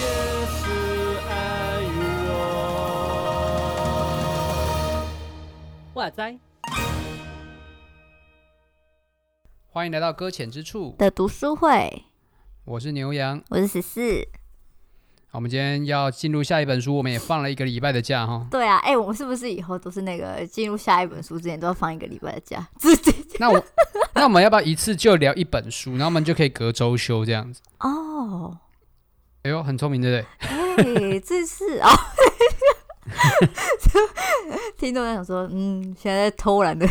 也是爱与哇塞，欢迎来到搁浅之处，的读书会，我是牛羊。我是十四。。好，我们今天要进入下一本书，我们也放了一个礼拜的假哈对啊，哎、我们是不是以后都是那个进入下一本书之前都要放一个礼拜的假？自己那我 那我们要不要一次就聊一本书，然后我们就可以隔周休这样子？哦，哎呦，很聪明，对不对？哎、这是哦。 听众在想说，嗯，现在在偷懒的，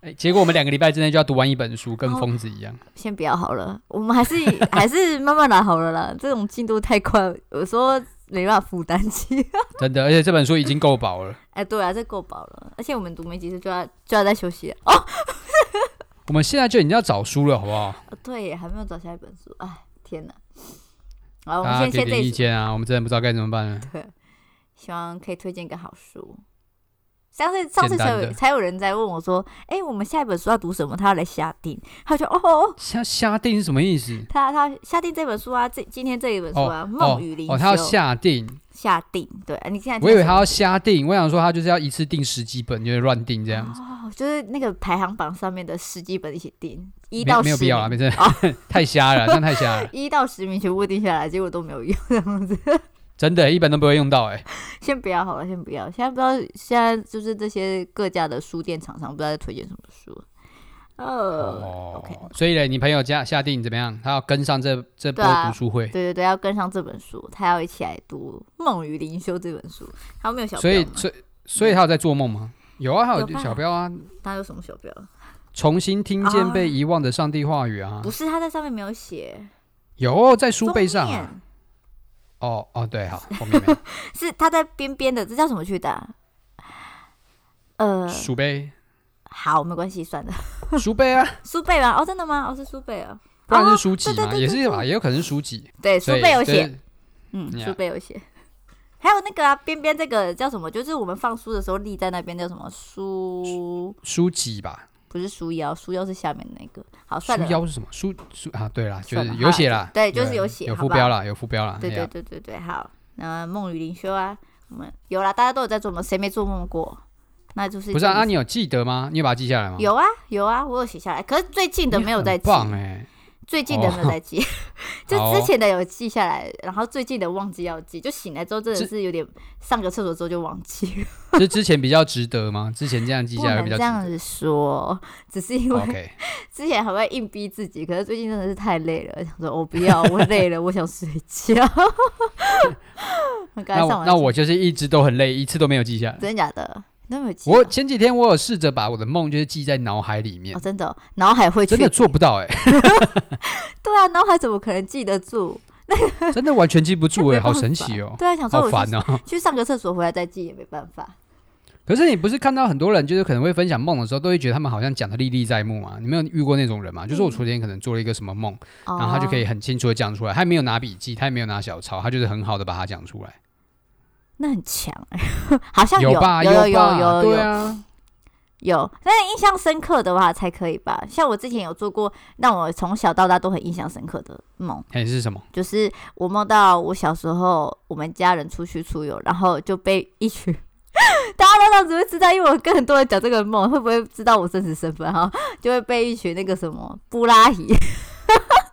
哎，结果我们两个礼拜之内就要读完一本书，跟哦疯子一样。先不要好了，我们还是还是慢慢来好了啦。这种进度太快，有时候没办法负担起。真的，而且这本书已经够饱了。 哎、对啊，这够饱了，而且我们读没几次就要就要再休息了。哦，我们现在就已经要找书了，好不好？哦对耶，还没有找下一本书，哎，天哪！好，哦我大们家先给先这点一意组见啊，我们真的不知道该怎么办了。对，希望可以推荐一个好书。上次上次简才单的有才有人在问我说：“哎、我们下一本书要读什么？”他要来下定，他就哦哦，哦下下定是什么意思？他他下定这本书啊，这今天这一本书啊，哦梦哦与灵修》哦，他要下定，下定，对，啊你现在我以为他要要瞎定，我想说他就是要一次定十几本，就是乱定这样子，哦，就是那个排行榜上面的十几本一起定，一没到没有十必要啦，名没事， 太瞎了，这样太瞎 了，一到十名全部定下来，结果都没有用，这样子。真的，一本都不会用到哎、先不要好了，先不要。现在不知道，现在就是这些各家的书店厂商不知道在推荐什么书。呃、哦 o k 所以嘞，你朋友下下定怎么样？他要跟上这这波对啊读书会，对对对，要跟上这本书，他要一起来读《梦与灵修》这本书。他没有小所以标吗？所以所以他有在做梦吗？有啊，他啊有有吧小标啊，他有什么小标？重新听见啊被遗忘的上帝话语啊不，是，他在上面没有写。有在书背上封啊。面哦哦，对，好，后面没 有是他在边边的，这叫什么去的啊、呃，书背好，没关系，算了。书背 啊，书背吗？哦，真的吗？哦，是书背啊。不然哦是书籍对对嘛，对也对是对吧，也有可能是书籍。对，书所以背有这写，嗯， Yeah 书背有写。还有那个啊，边边这个叫什么？就是我们放书的时候立在那边叫什么书？书籍吧，不是书腰，书腰是下面那个。好，书哦算了啦。腰是什么？书书啊，对啦，就算是了有写啦，对就是有写有好副不好标啦，有副标啦，对哎对呀对对对，好。那梦与灵修啊，我们有啦，大家都有在做梦，谁没做梦过？那就是不是啊，这个啊意思你有记得吗？你有把它记下来吗？有啊有啊，我有写下来，可是最近的你没有很在记，棒哎，最近的没有在记，好 就哦之前的有记下来，然后最近的忘记要记，就醒来之后真的这是有点上个厕所之后就忘记了。这之前比较值得吗？之前这样 记不下来能会比较这值样得。哦子说，只是因为 OK， 之前还会硬逼自己，可是最近真的是太累了，想说我不要，我累 了，我想睡觉。 我刚才那上我完那我就是一直都很累，一次都没有记下来。真的假的？那没有记啊我得前几天我有试着把我的梦就是记在脑海里面哦，，真的哦、脑海会去真的做不到哎，对啊，脑海怎么可能记得住？ 真的完全记不住没 哎，好办神法奇哦，对啊，想说好我去,、烦 哦。去上个厕所回来再记也没办法。可是你不是看到很多人，就是可能会分享梦的时候，都会觉得他们好像讲的历历在目嘛？你没有遇过那种人嗯吗？就是我昨天可能做了一个什么梦，然然后他就可以很清楚的讲出来，他也没有拿笔记，他也没有拿小抄，他就是很好的把它讲出来。那很强哎、 好像吧？有有有吧？有有对啊，有，但是印象深刻的话才可以吧。像我之前有做过让我从小到大都很印象深刻的梦，还哎是什么？就是我梦到我小时候我们家人出去出游，然后就被一群 大家都这样子会知道，因为我跟很多人讲这个梦，会不会知道我真实身份哈？就会被一群那个什么布拉提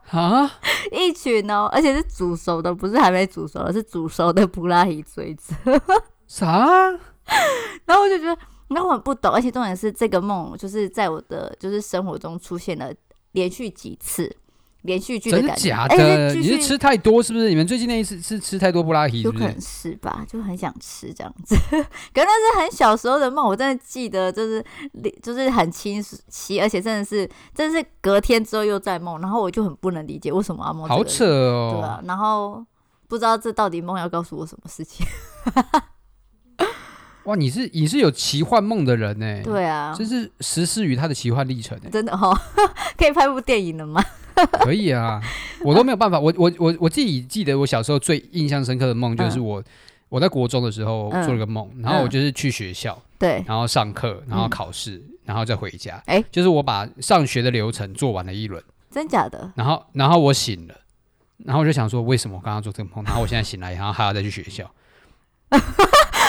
啊？ 一群哦，而且是煮熟的，不是还没煮熟的，是煮熟的布拉提追着。啥？ 然后我就觉得，然后我很不懂，而且重点是这个梦就是在我的就是生活中出现了连续几次，连续剧的真的感觉，假而且的？是你继续是吃太多是不是？你们最近那一次是吃太多布拉提是有不可是能？是吧，就很想吃这样子。 可是那是很小时候的梦，我真的记得，就是就是很清晰，而且真的是，真的是隔天之后又在梦，然后我就很不能理解为什么要梦、这个好扯对哦！啊，然后不知道这到底梦要告诉我什么事哎情。哇，你是你是有奇幻梦的人呢？，对啊，这是石思与他的奇幻历程哎，真的哦， 可以拍部电影了吗？可以啊，我都没有办法。我我我我自己记得我小时候最印象深刻的梦就是我。我在国中的时候嗯做了个梦，然后我就是去学校，对，然后上课，然后嗯考试，然后再回家。哎就是我把上学的流程做完了一轮，真假的？然后然后我醒了，然后我就想说，为什么我刚刚做这个梦？然后我现在醒来，然后还要再去学 校，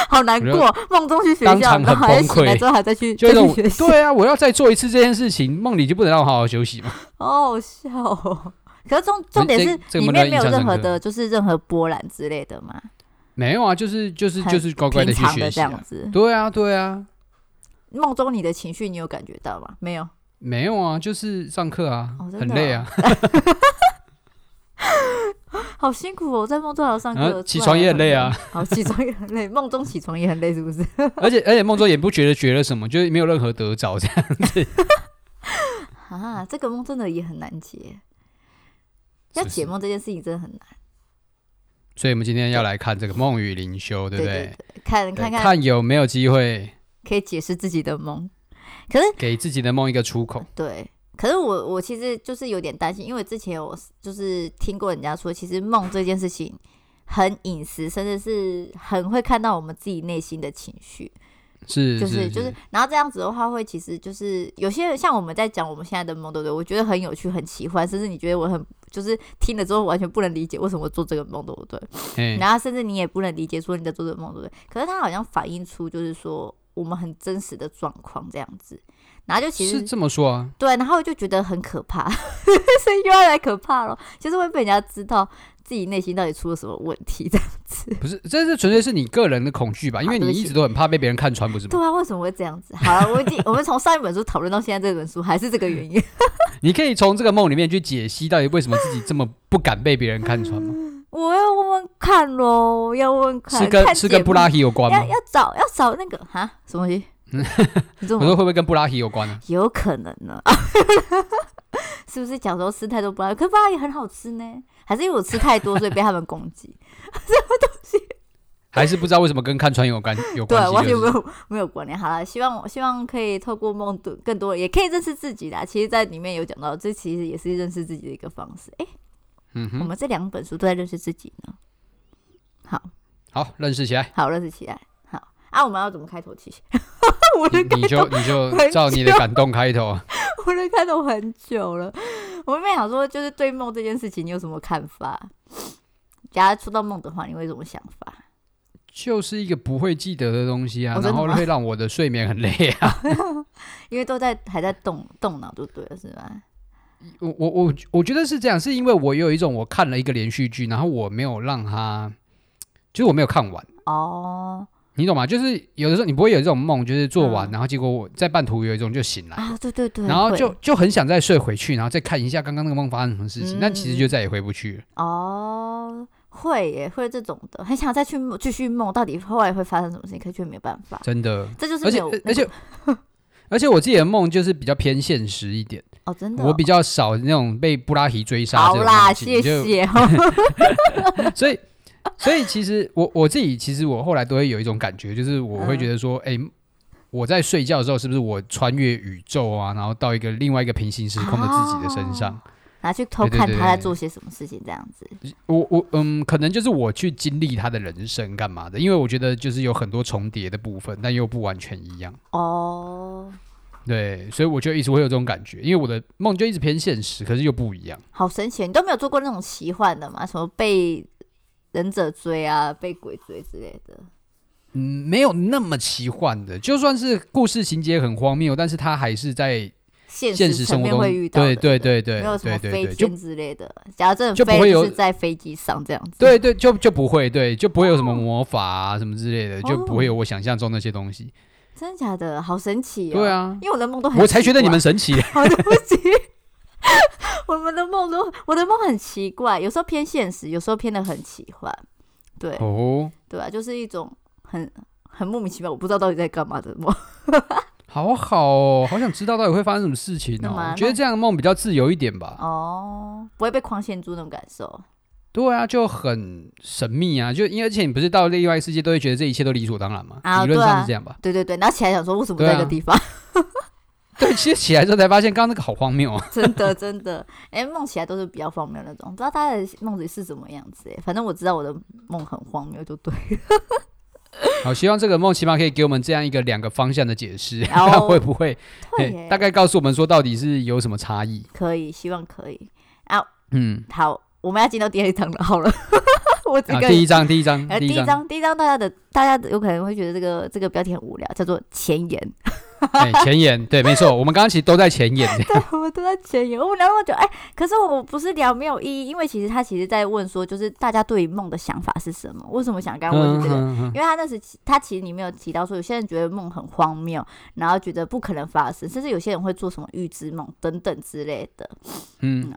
好难我过，梦中去学校，当场然很后还崩醒来溃之后还再去就一再去种学校，对啊，我要再做一次这件事情，梦里就不能让我好好休息吗？好好笑哦。可是重重点这是这个里梦面到没有印象任深何刻的，就是任何波澜之类的嘛，没有啊，就是就是很就是乖乖平的去常学的习、这啊样。子。对啊，对啊，梦中你的情绪，你有感觉到吗？没有。没有啊，就是上课啊，哦真很的累啊，好辛苦哦，在梦中还要上然课，后出来起床也很累啊还要上课。好，起床也很 累，梦中起床也很累，是不是？而且而且梦中也不觉得觉得什么，就是没有任何得着这样。 啊，这个梦真的也很难解，要是不是解梦这件事情真的很难。 所以我们今天要来看这个梦与灵修，对不对对，看看对看，有没有机会可以解释自己的梦。给自己的梦一个出口。对，可是我我其实就是有点担心，因为之前我就是听过人家说，其实梦这件事情很隐私，甚至是很会看到我们自己内心的情绪。是就是是就是，然后这样子的话，会其实就是有些人像我们在讲我们现在的梦，对不对？我觉得很有趣，很奇幻，甚至你觉得我很就是听了之后完全不能理解为什么我做这个梦，对不对？哎，然后甚至你也不能理解说你在做这个梦，对不对？可是它好像反映出就是说我们很真实的状况这样子，然后就其是实这么说啊。对，然后就觉得很可怕， 所以又要来可怕咯，就是会被人家知道自己内心到底出了什么问题这样 子。不是，这是纯粹是你个人的恐惧吧？因为啊对你不起一直都很怕被别人看穿，不是吗对？啊，为什么会这样子？好啊了，我已经我们从上一本书讨论到现在这本书，还是这个原因。 你可以从这个梦里面去解析，到底为什么自己这么不敢被别人看穿嗯吗？我要问问看喽，要问问看，是跟看是解跟梦布拉提有关要吗？要找要找那个哈什么 东西？你说我说什么？会不会跟布拉提有关啊呢？有可能呢， 是不是小时候吃太多布拉？可是布拉也很好吃呢，还是因为我吃太多，所以被他们攻击？还是不知道为什么跟看穿有关有 对，关系？完全就没是有没有关联。好了，希望我希望可以透过梦多更多，也可以认识自己啦。其实，在里面有讲到，这其实也是认识自己的一个方式。哎、嗯我哼，们这两本书都在认识自己呢。好好，认识起来。好，认识起来。好啊，我们要怎么开头？其实 我的你你就你就照你的感动开头，啊我都看懂很久了。我妹妹想说，就是对梦这件事情，你有什么看法？假如说到梦的话，你会有什么想法？就是一个不会记得的东西啊，哦真然的后吗会让我的睡眠很累啊。 因为都在还在动动脑，就对了，是吧？我我我我觉得是这样，是因为我有一种我看了一个连续剧，然后我没有让它，就是我没有看完，哦、你懂吗？就是有的时候你不会有这种梦，就是做完，嗯然后结果我在半途有一种就醒来，啊，对对对，然后会就就很想再睡回去，然后再看一下刚刚那个梦发生什么事情，嗯但其实就再也回不去了。哦，会耶，会这种的，很想再去梦继续梦，到底后来会发生什么事情，可却没办法。真的，这就是而没且有那个、而且 而且我自己的梦就是比较偏现实一点，哦，真的哦、我比较少那种被布拉提追杀好这种啦，梦境。谢就 谢哦。所以，所以其实我我自己其实我后来都会有一种感觉，就是我嗯会觉得说，哎、我在睡觉的时候是不是我穿越宇宙啊，然后到一个另外一个平行时空的自己的身上？拿去偷对对看对他在对做些什么事情，这样子。我我嗯，可能就是我去经历他的人生干嘛的？因为我觉得就是有很多重叠的部分，但又不完全一样。哦、对，所以我就一直会有这种感觉，因为我的梦就一直偏现实，可是又不一样。好神奇！哦你都没有做过那种奇幻的吗？什么被忍者追啊，被鬼追之类的？嗯，没有那么奇幻的，就算是故事情节很荒谬，但是它还是在现现实实生活层面中，会遇到的，对对对对，没有什么对飞对对就天之类的。假如真的就不飞，会有是在飞机上这样子。对对就就不会对就不会有什么魔法啊什么之类的，就不会哦有我想象中那些东西。真的假的？好神奇、哦！对，啊，因为我的梦都很奇怪，我才觉得你们神奇。好对不起。 我们的梦都，我的梦很奇怪，有时候偏现实，有时候偏的很奇幻，对哦，对啊，就是一种很很莫名其妙，我不知道到底在干嘛的梦。 好好哦，好想知道到底会发生什么事情那哦。么我觉得那这样的梦比较自由一点吧。哦，不会被框限住那种感受。对啊，就很神秘啊，就因为而且你不是到另外一个世界都会觉得这一切都理所当然嘛，啊理论对啊上是这样吧？啊 对对对，然后起来想说为什么在一对个啊地方？对，其实起来之后才发现，刚刚那个好荒谬啊！ 真的真的，哎、梦起来都是比较荒谬那种，不知道大家的梦里是怎么样子哎，反正我知道我的梦很荒谬就对了。好，希望这个梦起码可以给我们这样一个两个方向的解释，然后看 会不会对嘿哦耶大概告诉我们说到底是有什么差异？可以，希望可以。嗯，好，我们要进到第二章了，好了， 我这啊，个、第一章，第一章，呃第一一章，章，第一章大家的大家有可能会觉得这个这个标题很无聊，叫做 前言。哎，前言，对，没错，我们刚刚其实都在前 言，我们都在前言，我们聊那么久，哎、可是我不是聊没有意义，因为其实他其实在问说，就是大家对于梦的想法是什么？为什么想刚刚问嗯是这个？嗯嗯因为他那时其他其实你没有提到说，有些人觉得梦很荒谬，然后觉得不可能发生，甚至有些人会做什么预知梦等等之类的。嗯，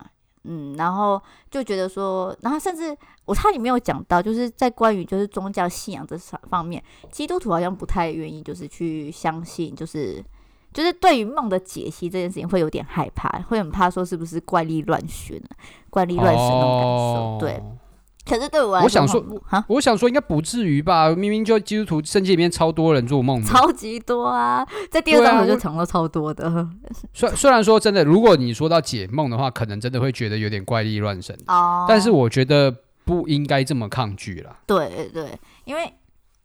嗯，然后就觉得说，然后甚至我差点没有讲到，就是在关于就是宗教信仰这方方面，基督徒好像不太愿意就是去相信，就是就是对于梦的解析这件事情会有点害怕，会很怕说是不是怪力乱神、怪力乱神那种感受。哦对，可是对我来我嗯想说梦啊，我想说应该不至于吧，明明就基督徒圣经里面超多人做梦的，超级多啊，在第二对啊章我就我讲了超多的。虽虽然说真的，如果你说到解梦的话，可能真的会觉得有点怪力乱神，哦，但是我觉得不应该这么抗拒啦。对对对，因为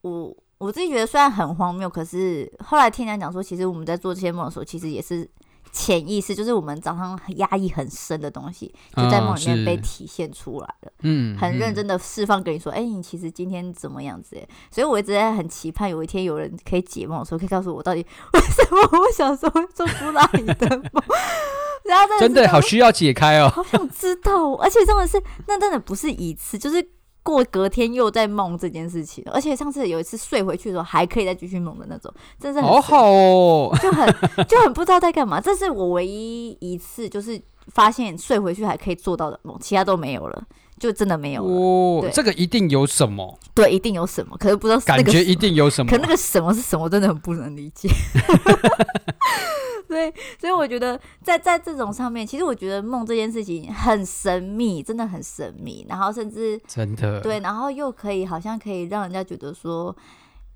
我我自己觉得虽然很荒谬，可是后来听人家讲说，其实我们在做这些梦的时候，其实也是潜意识，就是我们早上压抑很深的东西，就在梦里面被嗯体现出来了，嗯，很认嗯。真的释放给你说，哎、你其实今天怎么样子？哎，所以我一直在很期盼有一天有人可以解梦的时候，可以告诉我到底为什么我小时候做不到你的梦， 然后真的是好需要解开哦。好想知道哦，而且真的是，那真的不是一次，就是过隔天又在梦这件事情，而且上次有一次睡回去的时候还可以再继续梦的那种，真是很好好哦，就很就很不知道在干嘛。这是我唯一一次就是发现睡回去还可以做到的梦，其他都没有了，就真的没有了。哦对，这个一定有什么对，一定有什么，可是不知道是那感个觉，什么一定有什么可。那个什么是什么，真的很不能理解。 对，所以我觉得在在这种上面，其实我觉得梦这件事情很神秘，真的很神秘。然后甚至真的，对，然后又可以好像可以让人家觉得说，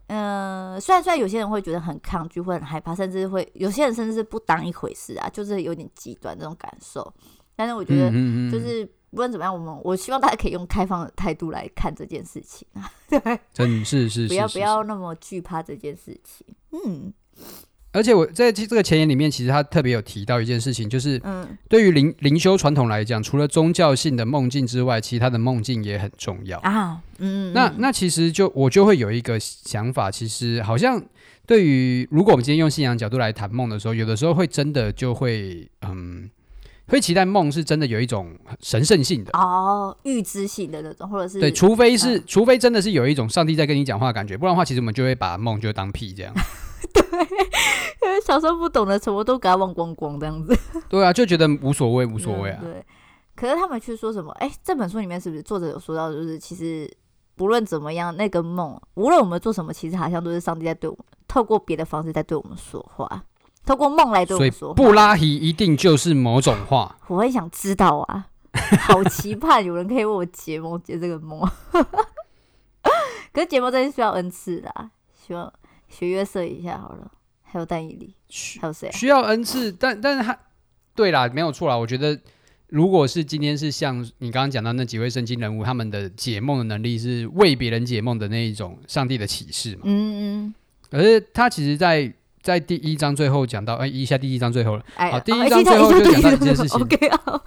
嗯、虽然虽然有些人会觉得很抗拒，会很害怕，甚至会有些人甚至是不当一回事啊，就是有点极端这种感受。但是我觉得嗯就是。不论怎么样，我们我希望大家可以用开放的态度来看这件事情啊，真是是是不要是不是要那么惧怕这件事情。嗯而且我在这这个前言里面，其实他特别有提到一件事情，就是嗯，对于灵灵修传统来讲，除了宗教性的梦境之外，其他的梦境也很重要。啊，嗯，那嗯那其实就我就会有一个想法，其实好像对于如果我们今天用信仰角度来谈梦的时候，有的时候会真的就会嗯，会期待梦是真的有一种神圣性的。哦，预知性的那种，或者是对，除非是，嗯除非真的是有一种上帝在跟你讲话的感觉，不然的话，其实我们就会把梦就当屁这 样。因为小时候不懂的，什么都给他忘光光这样子。对啊，就觉得无所谓，无所谓啊嗯。对，可是他们却说什么？哎、这本书里面是不是作者有说到，就是其实不论怎么样，那个梦，无论我们做什么，其实好像都是上帝在对我们，透过别的方式在对我们说话，透过梦来对我所以们说话。布拉提一定就是某种 话。我很想知道啊，好期盼有人可以为我解梦解这个梦。 可是解梦真的需要恩赐的、啊，希望学约瑟一下好了。还有但以理，嘘还有谁啊？需要恩赐，但但是他对啦，没有错啦。我觉得，如果是今天是像你刚刚讲到那几位圣经人物，他们的解梦的能力是为别人解梦的那一种上帝的启示嘛。嗯嗯，可是他其实在，在第一章最后讲到，哎，一下第一章最后了，哎呀，好第一哦哎章其他最后一就对讲到一件事情 OK 啊，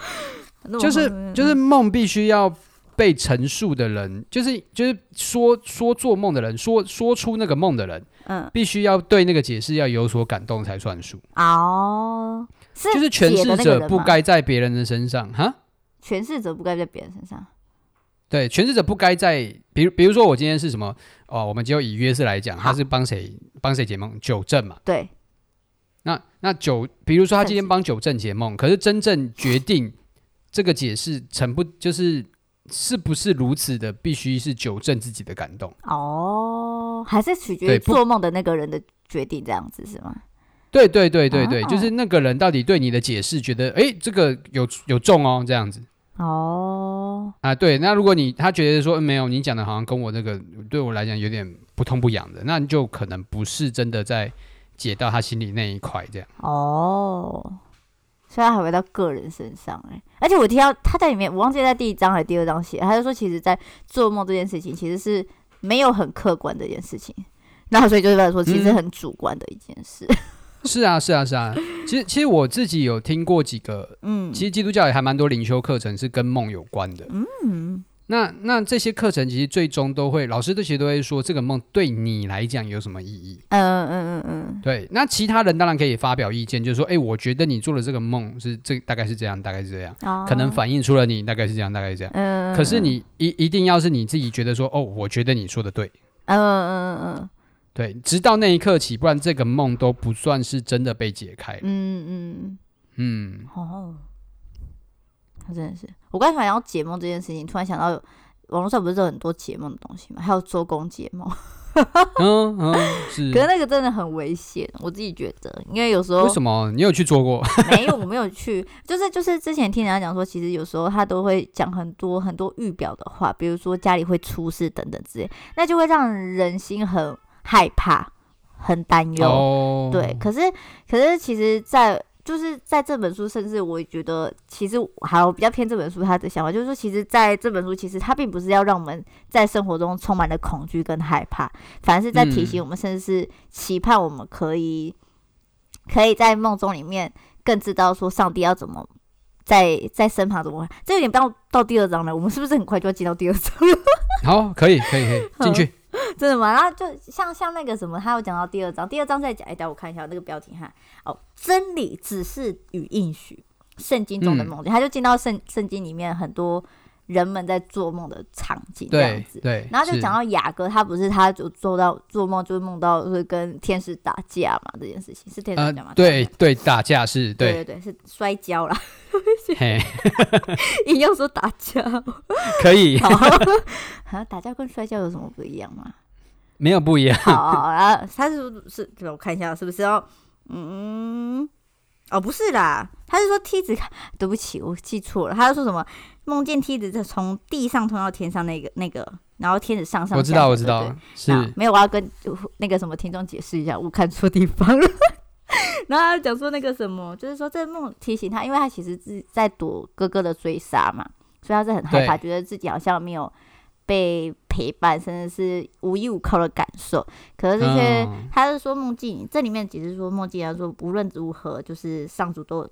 那我就是们嗯就是梦必须要被陈述的人，就是就是说说做梦的人，说说出那个梦的人，嗯，必须要对那个解释要有所感动才算数。哦，是就是诠解的释那个者人不吗该在别人的身上哈。诠释者不该在别人身上。对，诠释者不该在，比如比如说我今天是什么哦，我们就以约瑟来讲，他是帮谁帮谁解梦？九正嘛。对，那那九，比如说他今正天是帮九正解梦，可是真正决定这个解释成不就是是不是如此的，必须是九正自己的感动。哦，还是取决于对不做梦的那个人的决定，这样子是吗？对对对对对，哦就是那个人到底对你的解释觉得，诶，这个有有中哦，这样子。哦，啊，对，那如果你他觉得说、嗯没有，你讲的好像跟我这个对我来讲有点不痛不痒的，那你就可能不是真的在解到他心里那一块，这样。哦，所以他还回到个人身上哎、而且我听到他在里面，我忘记在第一章还是第二章写，他就说其实，在做梦这件事情其实是没有很客观的一件事情，然后所以就是来说，其实嗯很主观的一件事。是啊，是啊，是啊。其实，其实我自己有听过几个，嗯其实基督教也还蛮多灵修课程是跟梦有关的。嗯，那那这些课程其实最终都会，老师这些都会说，这个梦对你来讲有什么意义？嗯嗯嗯嗯，对，那其他人当然可以发表意见，就是说，哎，我觉得你做的这个梦是这大概是这样，大概是这样，哦可能反映出了你大概是这样，大概是这样。嗯，可是你一一定要是你自己觉得说，哦，我觉得你说的对，嗯嗯嗯对，直到那一刻起，不然这个梦都不算是真的被解开。嗯嗯嗯嗯，哦，他真的是，我刚才想要解梦这件事情，突然想到网络上不是都有很多解梦的东西吗？还有周公解梦。嗯嗯，是。可是那个真的很危险，我自己觉得，因为有时候为什么你有去做过？没有我没有去， 就是就是之前听人家讲说，其实有时候他都会讲很多很多预表的话，比如说家里会出事等等之类，那就会让人心很害怕、很担忧。哦，对，可是可是其实在，就是在这本书，甚至我觉得，其实还有比较偏这本书他的想法，就是说，其实在这本书，其实它并不是要让我们在生活中充满了恐惧跟害怕，反而是在提醒我们，甚至是期盼我们可以可以在梦中里面更知道说上帝要怎么。在在身旁怎么？这有点到到第二章了，我们是不是很快就要进到第二章？好，可以，可以，可以嗯进去。真的吗？然后就像像那个什么，他有讲到第二章，第二章在讲，哎，等下我看一下那个标题哈。哦，真理只是与应许，圣经中的嗯梦境，他就进到圣圣经里面很多人们在做梦的场景这样对子。对，然后就是讲到雅各，他不是他就做到做梦，就是梦到就是跟天使打架嘛，这件事情是天使打呃架吗？，对对，打架是对，对对对，是摔跤啦， 嘿，硬要说打架， 可以，好，好，打架跟摔跤有什么不一样吗？没有不一样。好好，好然后他是不是对我看一下是不是要嗯哦不是啦，他是说梯子，对不起我记错了，他是说什么梦见梯子在从地上通到天上那个那个，然后天子上上我知道，下我下知对道不，是对那没有我要跟那个什么听众解释一下，我看错地方了。 然后他讲说那个什么，就是说这梦提醒他，因为他其实是在躲哥哥的追杀嘛，所以他是很害怕，觉得自己好像没有被陪伴，甚至是无依无靠的感受。可是这些，嗯他是说梦境这里面解释说梦境，他说无论如何，就是上主都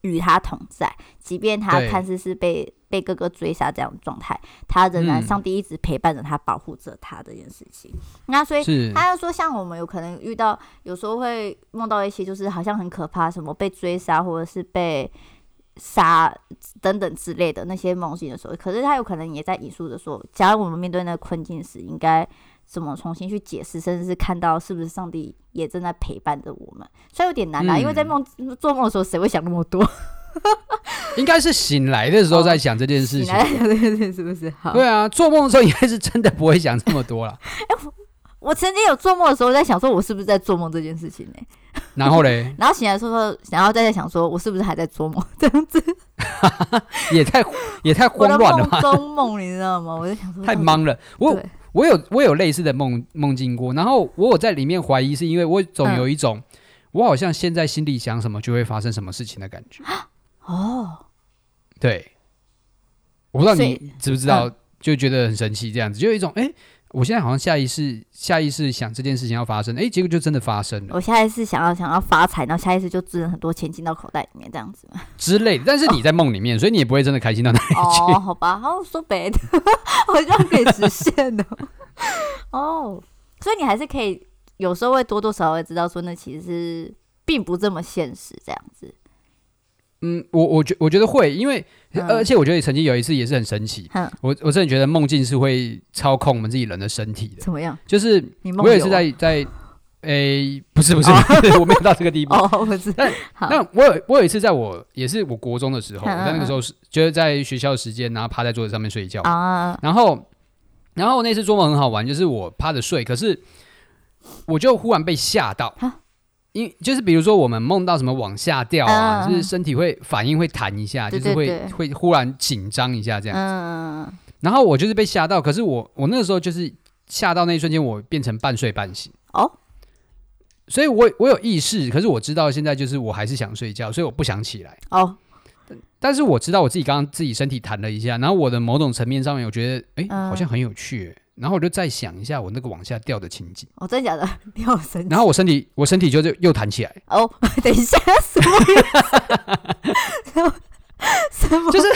与他同在，即便他对看似是被被哥哥追杀这样的状态，他仍然嗯上帝一直陪伴着他，保护着他这件事情。那所以是哎他就说，像我们有可能遇到，有时候会梦到一些就是好像很可怕，什么被追杀或者是被杀等等之类的那些梦境的时候，可是他有可能也在引述着说，假如我们面对那个困境时，应该怎么重新去解释，甚至是看到是不是上帝也正在陪伴着我们，虽然有点难啊，嗯因为在梦做梦的时候，谁会想那么多？应该是醒来的时候在想这件事哦醒情。来想这件事是不是？好，对啊，做梦的时候应该是真的不会想这么多了。我曾经有做梦的时候在想，说我是不是在做梦这件事情呢、然后嘞，然后醒来说说，然后再在想，说我是不是还在做梦这样子？也太也太我慌的乱了 梦吧，中梦，你知 道吗？我就想说，哦太忙了。我对我有我有类似的梦梦境过，然后我有在里面怀疑，是因为我总嗯有一种、我好像现在心里想什么就会发生什么事情的感觉。啊哦，对，我不知道所你以嗯知不知道，就觉得很神奇，这样子就有一种哎、诶我现在好像下意识下意识想这件事情要发生，哎、结果就真的发生了我下一次想要想要发财，然后下一次就挣很多钱进到口袋里面这样子嘛。之类的。但是你在梦里面，所以你也不会真的开心到哪里 去。哦，好吧，好说白的， 好像可以实现的。 哦，所以你还是可以，有时候会多多少少会知道说，那其实是并不这么现实这样子。嗯，我我觉我觉得会，因为、嗯而且我觉得曾经有一次也是很神奇，嗯我我真的觉得梦境是会操控我们自己人的身体的，怎么样？就是你梦我也游是啊？在在，诶、不是不是， 我没有到这个地步。 哦，我知道。好那我有我有一次在我也是我国中的时候，嗯嗯我在那个时候是就是在学校时间，然后趴在桌子上面睡觉，啊，然后然后那次做梦很好玩，就是我趴着睡，可是我就忽然被吓到啊。因就是比如说我们梦到什么往下掉啊，嗯嗯嗯就是身体会反应会弹一下，对就是会对对会忽然紧张一下这样。嗯，然后我就是被吓到，可是我我那个时候就是吓到那一瞬间，我变成半睡半醒。哦，所以我我有意识，可是我知道现在就是我还是想睡觉，所以我不想起来。哦，但是我知道我自己刚刚自己身体弹了一下，然后我的某种层面上面，我觉得哎、嗯好像很有趣耶、然后我就再想一下我那个往下掉的情景，哦，真的假的？ 你好神奇然后我身体我身体就就又弹起 来，哦！等一下，什么意思？什么？什么？就是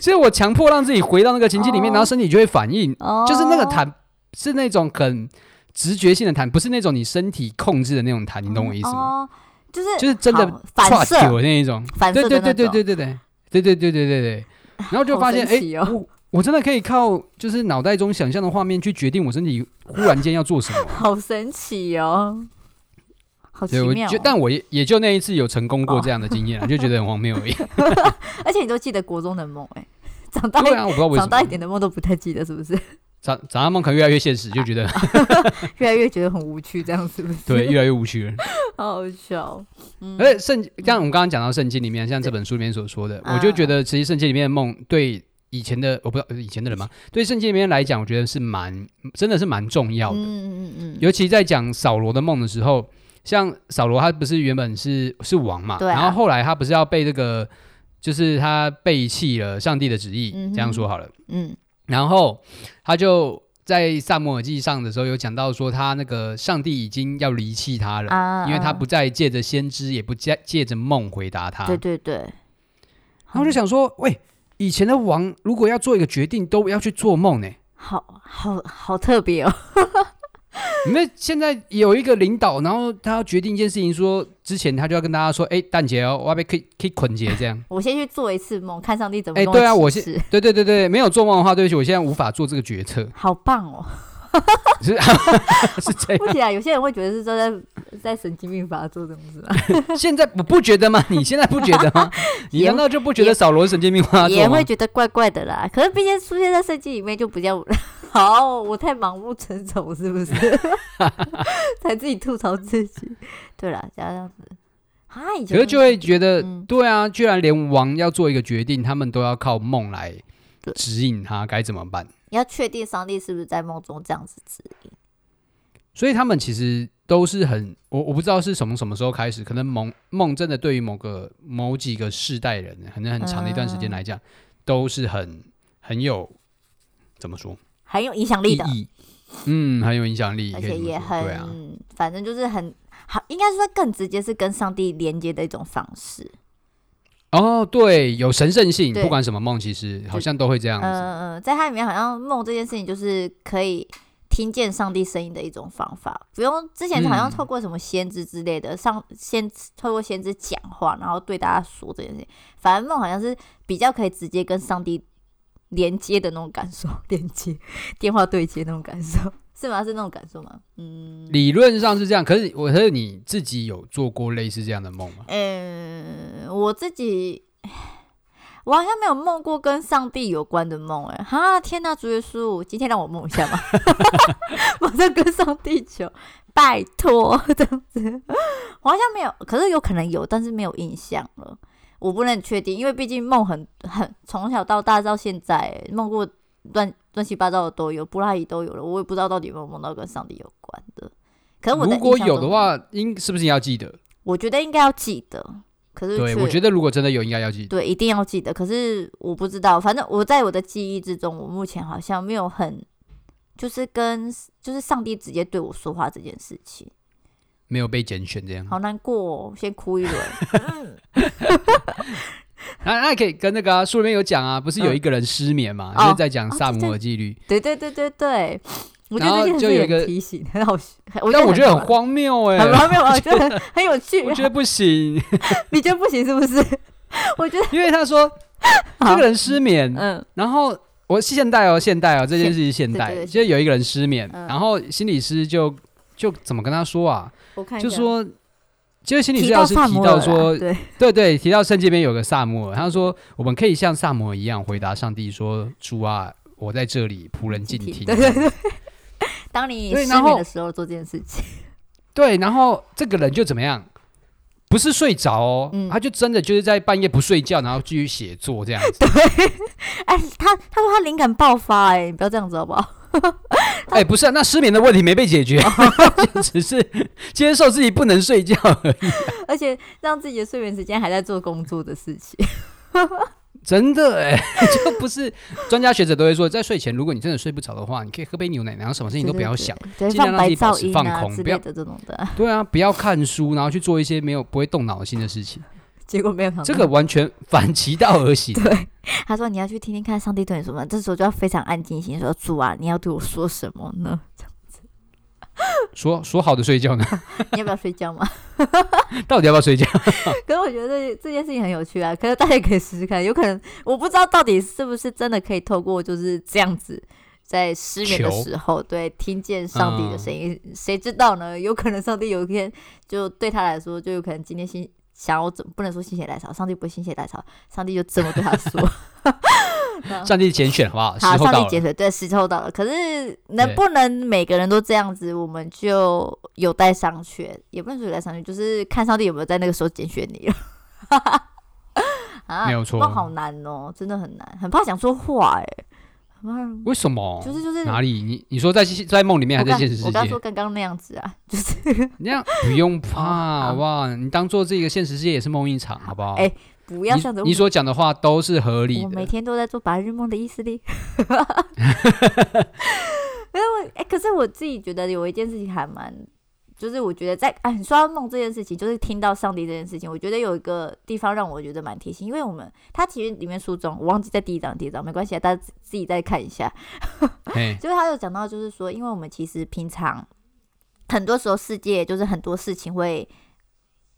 所以我强迫让自己回到那个情境里面，哦然后身体就会反应，哦，就是那个弹是那种很直觉性的弹，不是那种你身体控制的那种弹，你懂我意思吗？哦，就是 就是真的好反射 trust 有那一种，反对射对的对那对种。对对对对对对对对 对，然后就好发现神哎、奇诶哦我我真的可以靠就是脑袋中想象的画面去决定我身体忽然间要做什么。好神奇哦，好嗯奇对，我妙哦、就但我也也就那一次有成功过这样的经 验啊，就觉得很荒谬而已。而且你都记得国中的梦哎、 长大一、对 啊，我不知道为什长大一么点的梦都不太记得，是 不是？长长大梦可能越来越现实，就觉 得越来越觉得很无趣，这样是不是？ 对，越来越无趣了。 好好笑哦。嗯，而且圣，像我们刚刚讲到圣经里面，像这本书里面所说的，嗯我就觉得其实圣经里面的梦对以前的，我不知道以前的人吗？对圣经里面来讲，我觉得是蛮真的是蛮重要的。嗯嗯嗯嗯，尤其在讲扫罗的梦的时候，像扫罗他不是原本是是王嘛，对啊然后后来他不是要被这个，就是他背弃了上帝的旨意，嗯哼这样说好了，嗯然后他就。在萨摩尔记上的时候，有讲到说他那个上帝已经要离弃他了，啊，因为他啊不再借着先知，也不借借着梦回答他。对对对，然后就想说，喂，以前的王如果要做一个决定，都要去做梦呢。好好好特别哦。。因为现在有一个领导，然后他要决定一件事情说，之前他就要跟大家说，哎，蛋姐哦，我要被 K K 捆结这 样我先去做一次梦，看上帝怎么哎跟我对啊我解释，对对对对，没有做梦的话，对不起，我现在无法做这个决策 好棒哦！是 是这不起啊，有些人会觉得是在在神经病发作，这种啊是吧？样。现在我不觉得吗？你现在不觉得 吗？你难道就不觉得扫罗神经病发作也吗会？觉得怪怪的啦。可是毕竟出现在设计里面就比较 好，我太盲目成熟是 不是？才自己吐槽自己。对啦，这样子啊，以前可是就会觉得，嗯对啊，居然连王要做一个决定，他们都要靠梦来对指引他该怎么办。你要确定上帝是不是在梦中这样子指引。所以他们其实都是很，我我不知道是从什么时候开始，可能梦梦真的对于某个某几个世代人，可能很长的一段时间来讲，都是很很有怎么说很有影响意力的，义，嗯，很有影响力，而可以且这么也说很，对啊，反正就是很好，应该说更直接是跟上帝连接的一种方式。哦，对，有神圣性，对不管什么梦，其实好像都会这样嗯子，嗯、嗯在它里面好像梦这件事情就是可以听见上帝声音的一种方法，不用之前好像嗯透过什么先知之类的，上先透过先知讲话，然后对大家说这件事情。反正梦好像是比较可以直接跟上帝连接的那种感受，连接电话对接那种感受， 是吗？是那种感受吗？嗯。理论上是这样，可是我可是你自己有做过类似这样的梦吗？嗯，我自己，我好像没有梦过跟上帝有关的梦，哎，哈，天呐，主耶稣，今天让我梦一 下吧， 马上跟上帝求，拜托，这样子，我好像没有，可是有可能有，但是没有印象了，我不能确定，因为毕竟梦很很从小到大到现在梦过乱乱七八糟的都有，布拉伊都有了，我也不知道到底有没有梦到跟上帝有关的。可是我在如果印象中有的话，应是不是要记得？我觉得应该要记得，可是对，却我觉得如果真的有，应该要记得。对一定要记得。可是我不知道，反正我在我的记忆之中，我目前好像没有很就是跟就是上帝直接对我说话这件事情，没有被拣选这样。好难过哦，先哭一轮。 那那可以跟那个啊书里面有讲啊，不是有一个人失眠嘛，嗯就是在讲哦萨姆尔纪律，对对对对对，我觉然后得这件就有一事情个很提醒，很好，我但我觉得很荒荒谬哎、很荒谬啊，我觉得很很有趣我觉啊。得不行，你觉得不行是不 是？我觉得因为他说这 好个，人失眠，嗯然后我是现代哦，现代哦，这件事情现对代，对对就是有一个人失眠，嗯然后心理师就就怎么跟他说啊，我看一就下说。就是心理提治到疗师萨提摩到尔啦啊说，对，对对，提到圣经里面有个萨摩尔，他说我们可以像萨摩尔一样回答上帝说：“主啊，我在这里，仆人静听。”对对对。 当你对失然眠后的时候做这件事情，对，然后这个人就怎么样？不是睡着哦，嗯他就真的就是在半夜不睡觉，然后继续写作这样子。哎，他他说他灵感爆发、哎，你不要这样子好不好？ 哎、不是、啊，那失眠的问题没被解决，只是接受自己不能睡觉而已。而且让自己的睡眠时间还在做工作的事情。真的哎、就不是专家学者都会说，在睡前，如果你真的睡不着的话，你可以喝杯牛奶，然后什么事情都不要想。对，对对尽量放让白自己保噪持音放啊空之不要类的这种的， 对啊，不要看书，然后去做一些没有不会动脑筋的事情，结果没有想到这个完全反其道而行。对，他说你要去听听看上帝对你说什么，这时候就要非常安静心说主啊，你要对我说什么呢？ 说说好的睡觉呢？ 你要不要睡觉嘛？到底要不要睡觉？ 可是我觉得这件事情很有趣啊，可是大家可以试试看，有可能我不知道到底是不是真的可以透过就是这样子。在失眠的求时候，对听见上帝的声音，谁知道呢？有可能上帝有一天就对他来说，就有可能今天心想要怎不能说心血来潮，上帝不会心血来潮，上帝就这么对他说。上帝拣选好不哦好？时好，候上到帝了节。水，对，时候到了。可是能对不能每个人都这样子，我们就有待商榷，也不能说有待商榷，就是看上帝有没有在那个时候拣选你了。 啊，没有错梦好难哦，真的很难，很怕讲错话哎，很怕为什么？就是就是哪里？你你说在在梦里啊面嗯我还刚在现实世我界刚？说刚刚那样子啊，就是你这样不用 哦怕，好不好？你当做这个现实世界也是梦一场，好不好？哎不要这样子。你你所讲的话都是合理我的。每天都在做白日梦的意思哩。 没有我哎、可是我自己觉得有一件事情还蛮，就是我觉得在哎，你说到梦这件事情，就是听到上帝这件事情，我觉得有一个地方让我觉得蛮贴心，因为我们它其实里面书中我忘记在第一章、第二章没关系啊，大家自自己再看一下。哎，就是他有讲到，就是说，因为我们其实平常很多时候世界就是很多事情会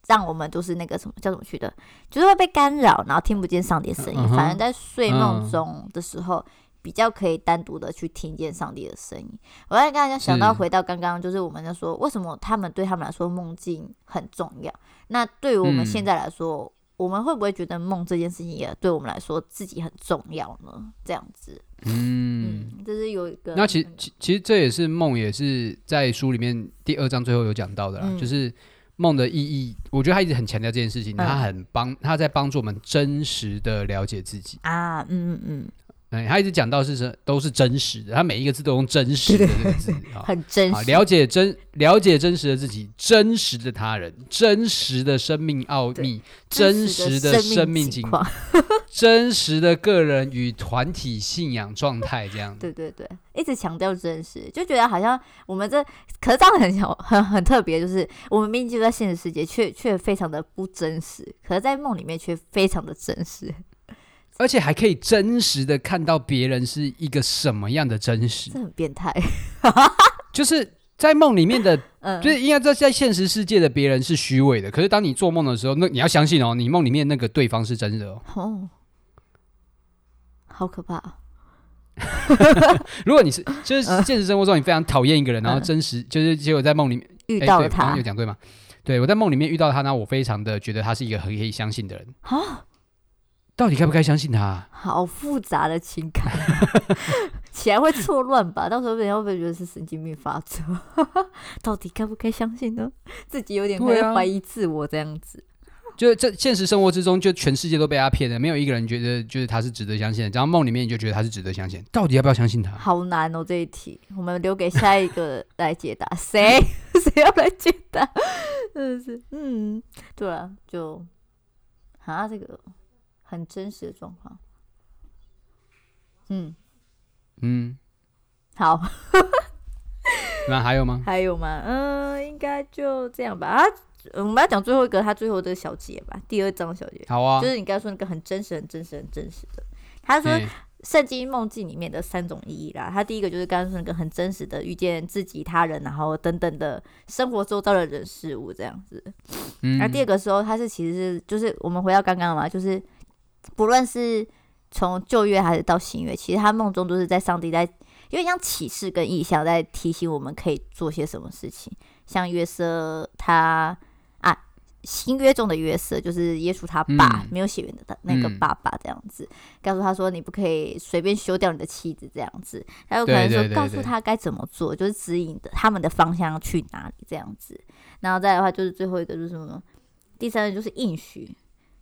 让我们就是那个什么叫什么去的，就是会被干扰，然后听不见上帝的声音。嗯哼反而在睡梦中的时候。比较可以单独的去听见上帝的声音。我在刚才想到，是回到刚刚，就是我们在说，为什么他们对他们来说梦境很重要？那对于我嗯们现在来说，我们会不会觉得梦这件事情也对我们来说自己很重要呢？这样子，嗯。嗯，这是有一个。那其其其实这也是梦，也是在书里面第二章最后有讲到的啦，嗯就是梦的意义。我觉得他一直很强调这件事情，嗯他很帮他在帮助我们真实的了解自己。啊，嗯嗯嗯，嗯，他一直讲到是真都是真实的，他每一个字都用真实的这个 字啊。很真啊，实。了解真了解真实的自己，真实的他人，真实的生命奥秘，真实的生命情景况，真实的个人与团体信仰状态，这样子。对对对，一直强调真实，就觉得好像我们这可是这样很小很很特别，就是我们明明就在现实世界，却却非常的不真实，可是在梦里面却非常的真实，而且还可以真实的看到别人是一个什么样的真实这，很变态。就是在梦里 面的，嗯，就是应该在在现实世界的别人是虚伪的，可是当你做梦的时候，那你要相信哦，你梦里面那个对方是真的哦。哦，好可怕哦。如果你是 就是现实生活中你非常讨厌一个人，然后嗯真实就是结果在梦里面遇哎到对了我刚他刚有讲对吗？对我在梦里面遇到他，那我非常的觉得他是一个很可以相信的人，啊，到底该不该相信他啊？好复杂的情感， 起来会错乱吧？到时候人家会不会觉得是神经病发作？ 到底该不该相信呢？自己有点对会啊怀疑自我这样子。就是这现实生活之中，就全世界都被他骗了，没有一个人觉得就是他是值得相信的。然后梦里面你就觉得他是值得相信的，到底要不要相信他？好难哦，这一题我们留给下一个来解答。 谁谁要来解答？ 真的是，嗯，对啊，就啊，这个很真实的状况。嗯，嗯，好，那还有吗？还有吗？嗯，应该就这样吧。啊，我们要讲最后一个，他最后的小节吧，第二章小节，好啊，就是你刚才说那个很真实、很真实、很真实的。他说嗯圣经梦境里面的三种意义啦。它第一个就是刚刚说那个很真实的遇见自己、他人，然后等等的生活周遭的人事物这样子。嗯那、第二个时候，它是其实是就是我们回到刚刚嘛，就是不论是从旧约还是到新约，其实他梦中都是在上帝在有点像启示跟意象，在提醒我们可以做些什么事情。像约瑟他啊，新约中的约瑟就是耶稣他爸，嗯没有血缘的他那个嗯爸爸这样子，告诉他说你不可以随便休掉你的妻子这样子，还有可能对对说对告诉对他该怎么做，就是指引的他们的方向去哪里这样子。然后再来的话就是最后一个就是什么？第三个就是应许，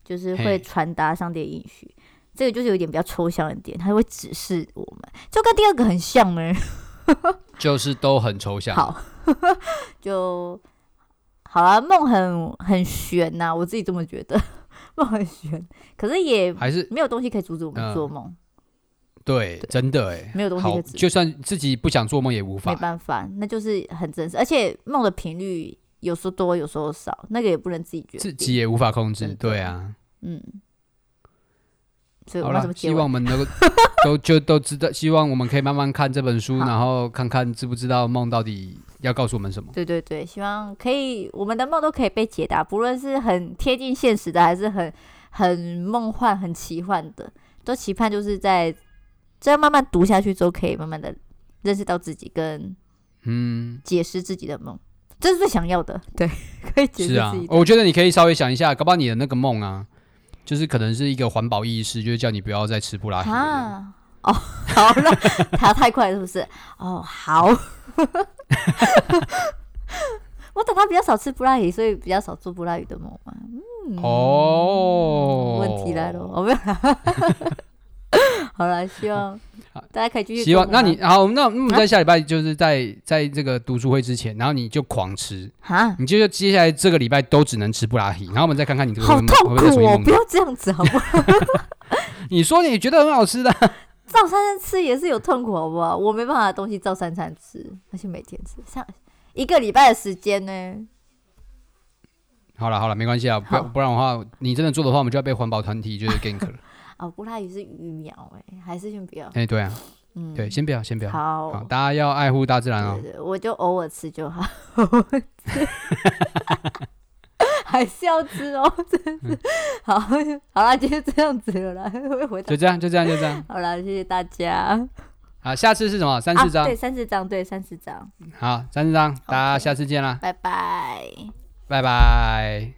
就是会嘿传达上帝的应许。这个就是有一点比较抽象一点，它会指示我们，就跟第二个很像呢。就是都很抽象。好， 就好了。梦很很悬呐、我自己这么觉得，梦很悬。可是也还是没有东西可以阻止我们做梦，对，真的哎，没有东西可嗯好，以阻止，就算自己不想做梦也无没法。办法，那就是很真实。而且梦的频率有时候多，有时候少，那个也不能自己决定。自己也无法控制，真的对啊。嗯，所以我好们要了，怎么结希尾望我？们能够 都就都知道，希望我们可以慢慢看这本书，好然后看看知不知道梦到底要告诉我们什么。对对对，希望可以，我们的梦都可以被解答，不论是很贴近现实的，还是很很梦幻、很奇幻的，都期盼就是在这样慢慢读下去之后，可以慢慢的认识到自己跟嗯，解释自己的梦，这是最想要的。 对，可以解释是啊自己，的。我觉得你可以稍微想一下，搞不好你的那个梦啊，就是可能是一个环保意识，就是叫你不要再吃布拉提了。啊，哦，好了，他太快了是不是？哦，好。 我等他比较少吃布拉鱼，所以比较少做布拉鱼的梦嘛。嗯，哦问题来了，我、没有啦。 好了，希望大家可以继续做梦啊。希望那你好，那那我们啊在下礼拜就是在在这个读书会之前，然后你就狂吃，啊，你就接下来这个礼拜都只能吃布拉提，然后我们再看看你这个好会不会痛会不会再重苦新哦！梦不到。要这样子好不好？你说你觉得很好吃的，照三餐吃也是有痛苦好不好？我没办法东西照三餐吃，而且每天吃，像一个礼拜的时间呢。好了好了，没关系啊，不好不然的话，你真的做的话，我们就要被环保团体就是 gank 了。哦，布拉鱼是鱼苗哎、还是先不要。哎、对啊，嗯，对，先不要，先不要。好，好，大家要爱护大自然哦。对对，我就偶尔吃就好， 偶尔吃，还是要吃哦，真嗯是。好，好啦，今天就这样子了啦， 会回到就这样，就这样，就这样。好啦，谢谢大家。好，下次是什么？三四啊，章对，。三四张，对，三四张，好，三四章，大家下次见啦，拜拜。拜拜。